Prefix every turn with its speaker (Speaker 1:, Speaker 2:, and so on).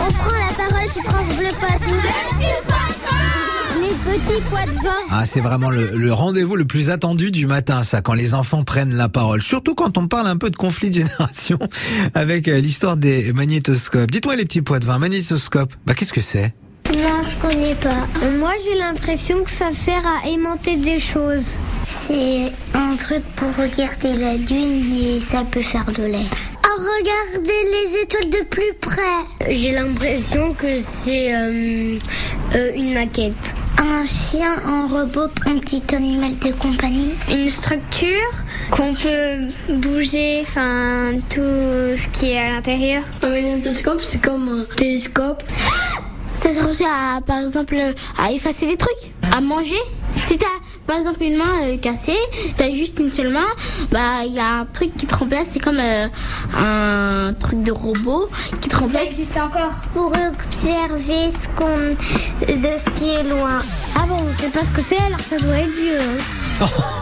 Speaker 1: On prend la parole sur France Bleu Poitou. Les petits poids de vin.
Speaker 2: Ah, c'est vraiment le, le rendez-vous le plus attendu du matin, ça, quand les enfants prennent la parole. Surtout quand on parle un peu de conflit de génération avec euh, l'histoire des magnétoscopes. Dites-moi les petits poids de vin, magnétoscope, bah qu'est-ce que c'est
Speaker 1: Non, je connais pas. Moi, j'ai l'impression que ça sert à aimanter des choses. C'est un truc pour regarder la lune et ça peut faire de l'air. À regarder les étoiles de plus près. J'ai l'impression que c'est euh, une maquette. Un chien, un robot, un petit animal de compagnie. Une structure qu'on peut bouger, enfin tout ce qui est à l'intérieur.
Speaker 3: Un magnétoscope, c'est comme un télescope.
Speaker 4: Ça sert aussi à, par exemple, à effacer des trucs, à manger. Si t'as, par exemple, une main euh, cassée, t'as juste une seule main, bah, il y a un truc qui te remplace, c'est comme euh, un truc de robot qui te remplace.
Speaker 1: encore. Pour observer ce qu'on, de ce qui est loin. Ah bon, on sait pas ce que c'est, alors ça doit être vieux.